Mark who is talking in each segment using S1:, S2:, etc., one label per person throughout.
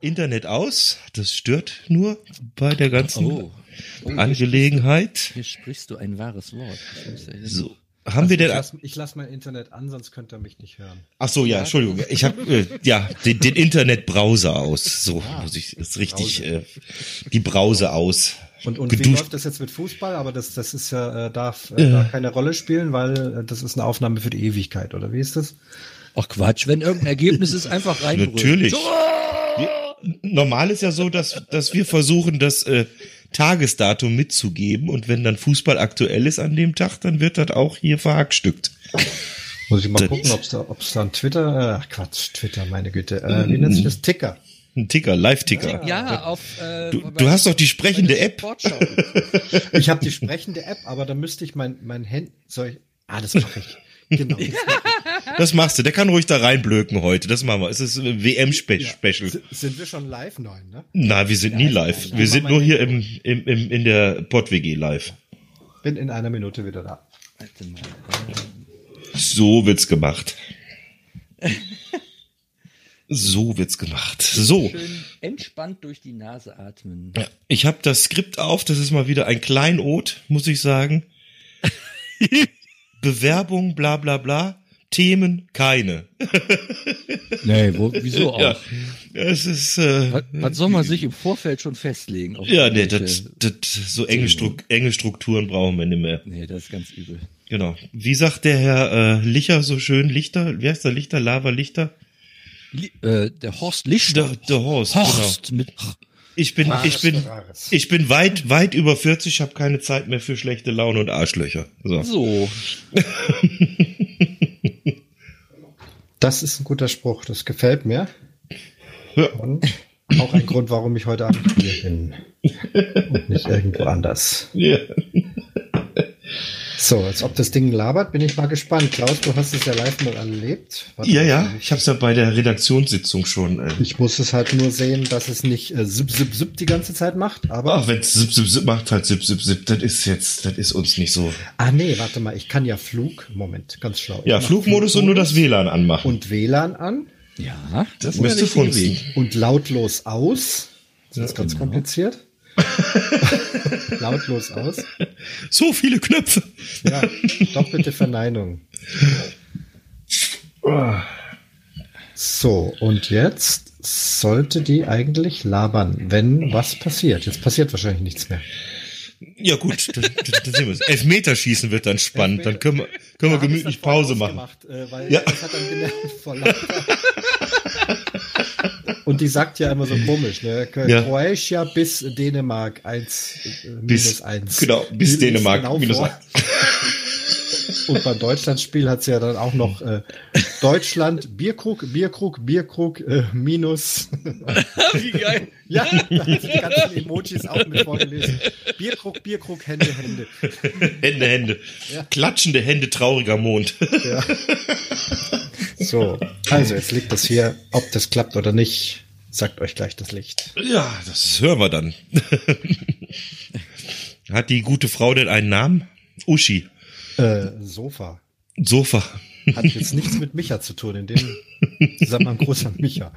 S1: Internet aus. Das stört nur bei der ganzen
S2: Oh,
S1: Angelegenheit.
S2: Hier sprichst du ein wahres Wort. Ich muss ja hier-
S1: So. Haben wir
S3: ich
S1: denn.
S3: lasse lass mein Internet an, sonst könnt ihr mich nicht hören.
S1: Ach so, ja, Entschuldigung. Ich habe äh, ja den, den Internetbrowser aus. So
S2: Ah,
S1: muss ich ist richtig äh, die Brause aus.
S3: Und, und wie
S1: Geduscht.
S3: läuft das jetzt mit Fußball? Aber das, das ist ja, äh, darf, äh, darf keine Rolle spielen, weil äh, das ist eine Aufnahme für die Ewigkeit, oder wie ist das?
S2: Ach Quatsch, wenn irgendein Ergebnis ist, einfach reinbrüllen.
S1: Natürlich.
S2: So,
S1: Wir- Normal ist ja so, dass dass wir versuchen, das äh, Tagesdatum mitzugeben und wenn dann Fußball aktuell ist an dem Tag, dann wird das auch hier verhackstückt.
S3: Muss ich mal
S1: Das-
S3: gucken, ob es da, ob's da ein Twitter, äh, Quatsch, Twitter, meine Güte. Äh, wie nennt sich das? Ticker.
S1: Ein Ticker, Live-Ticker.
S2: ja, auf. Äh,
S1: Du,
S2: bei-
S1: du hast doch die sprechende
S2: bei der
S1: App.
S2: Sportschau.
S3: Ich habe die sprechende App, aber da müsste ich mein, mein Handy, soll ich, ah, das mache ich. Genau.
S1: Das machst du. Der kann ruhig da reinblöken heute. Das machen wir. Es ist WM-Special.
S3: S- Sind wir schon live? Nein, ne?
S1: Na, wir sind nie live. Wir sind nur hier im, im, im in der Pott-WG live.
S3: Bin in einer Minute wieder da.
S2: Warte mal.
S1: So wird's gemacht. So wird's gemacht. So.
S2: Schön entspannt durch die Nase atmen.
S1: Ja, Ich habe das Skript auf, das ist mal wieder ein Kleinod, muss ich sagen. Bewerbung, bla bla bla. Themen, keine.
S2: Nee, wo, wieso auch?
S1: Ja. Es ist äh,
S2: Was, was soll man sich im Vorfeld schon festlegen? Auf
S1: ja, nee, das,
S2: welche-
S1: das, so enge, Stru- enge Strukturen brauchen wir nicht mehr.
S2: nee, das ist ganz übel.
S1: Genau. Wie sagt der Herr äh, Licher so schön? Lichter? Wie heißt der Lichter? Lava Lichter?
S2: Li äh, der Horst Lichter.
S1: Der, der Horst. Genau.
S2: Horst mit.
S1: Ich
S3: Ah,
S1: bin, ich bin,
S3: Rares.
S1: ich bin weit, weit über 40, habe keine Zeit mehr für schlechte Laune und Arschlöcher. So.
S2: So.
S3: Das ist ein guter Spruch, das gefällt mir.
S1: Ja.
S3: Und auch ein Grund, warum ich heute Abend hier bin. Und nicht irgendwo anders.
S1: Ja.
S3: So, als ob das Ding labert, bin ich mal gespannt. Klaus, du hast es ja live mal erlebt. Warte
S1: Ja,
S3: mal,
S1: ja, ich habe es ja bei der Redaktionssitzung schon. Äh,
S3: Ich muss es halt nur sehen, dass es nicht äh, zip, zip, zip die ganze Zeit macht, aber.
S1: ach, Ah, wenn's zip, zip, zip macht, halt zip, zip, zip. Das ist jetzt, das ist uns nicht so.
S3: Ah, nee, warte mal, ich kann ja Flug. Moment, ganz schlau.
S1: Ja,
S3: Ich mach
S1: Flugmodus und nur das WLAN anmachen.
S3: Und WLAN an
S2: Ja,
S1: das
S2: ist der
S1: müsste
S2: richtige
S1: funzen.
S2: Weg.
S3: und lautlos aus. Das ist ganz
S1: genau.
S3: kompliziert. lautlos aus.
S1: So viele Knöpfe.
S3: Ja, doppelte Verneinung. So, und jetzt sollte die eigentlich labern, wenn was passiert. Jetzt passiert wahrscheinlich nichts mehr.
S1: Ja gut, dann, dann dann sehen wir's. Elfmeterschießen wird dann spannend. Dann können wir, können wir gemütlich Pause machen.
S3: ja.
S1: Ja.
S3: äh, das hat dann genervt vor Lachen. Und die sagt ja immer so komisch, ne?
S1: Ja.
S3: Kroatia bis Dänemark 1 äh, minus 1.
S1: genau, bis Dänemark minus
S3: Und beim Deutschlandspiel hat sie ja dann auch noch äh, Deutschland Bierkrug, Bierkrug, Bierkrug äh, minus.
S2: Wie geil.
S3: Ja, da hat sie die ganzen Emojis auch mit vorgelesen. Bierkrug, Bierkrug, Hände, Hände.
S1: Hände, Hände.
S3: Ja.
S1: Klatschende Hände, trauriger Mond.
S3: Ja. So, also jetzt liegt das hier, ob das klappt oder nicht, sagt euch gleich das Licht.
S1: Ja, das hören wir dann. Hat die gute Frau denn einen Namen? Uschi.
S3: Äh, Sofa
S1: Sofa.
S3: hat jetzt nichts mit Micha zu tun, in dem Zusammenhang großer Micha.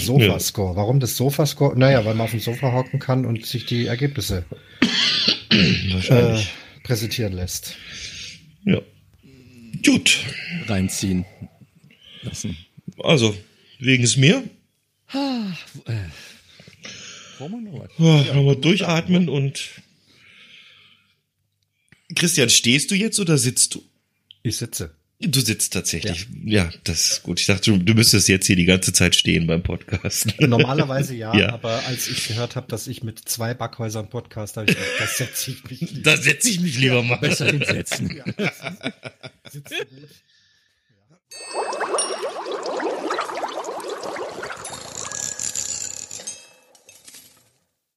S3: Sofascore. Warum das Sofascore? Naja, weil man auf dem Sofa hocken kann und sich die Ergebnisse äh,
S1: Wahrscheinlich.
S3: präsentieren lässt.
S1: Ja. Gut.
S2: Reinziehen. Lassen.
S1: Also, wegen es mir.
S2: Ah, äh. Warum noch was?
S1: Oh, Nochmal durchatmen und. Christian, stehst du jetzt oder sitzt du?
S3: Ich sitze.
S1: Du sitzt tatsächlich. Ja, das ist gut. Ich dachte, du, du müsstest jetzt hier die ganze Zeit stehen beim Podcast.
S3: Normalerweise ja,
S1: Ja.
S3: aber als ich gehört habe, dass ich mit zwei Backhäusern Podcast habe, ich gedacht, das setze ich mich nicht.
S1: Da setze ich mich lieber mal.
S2: Besser hinsetzen.
S3: Sitze gut.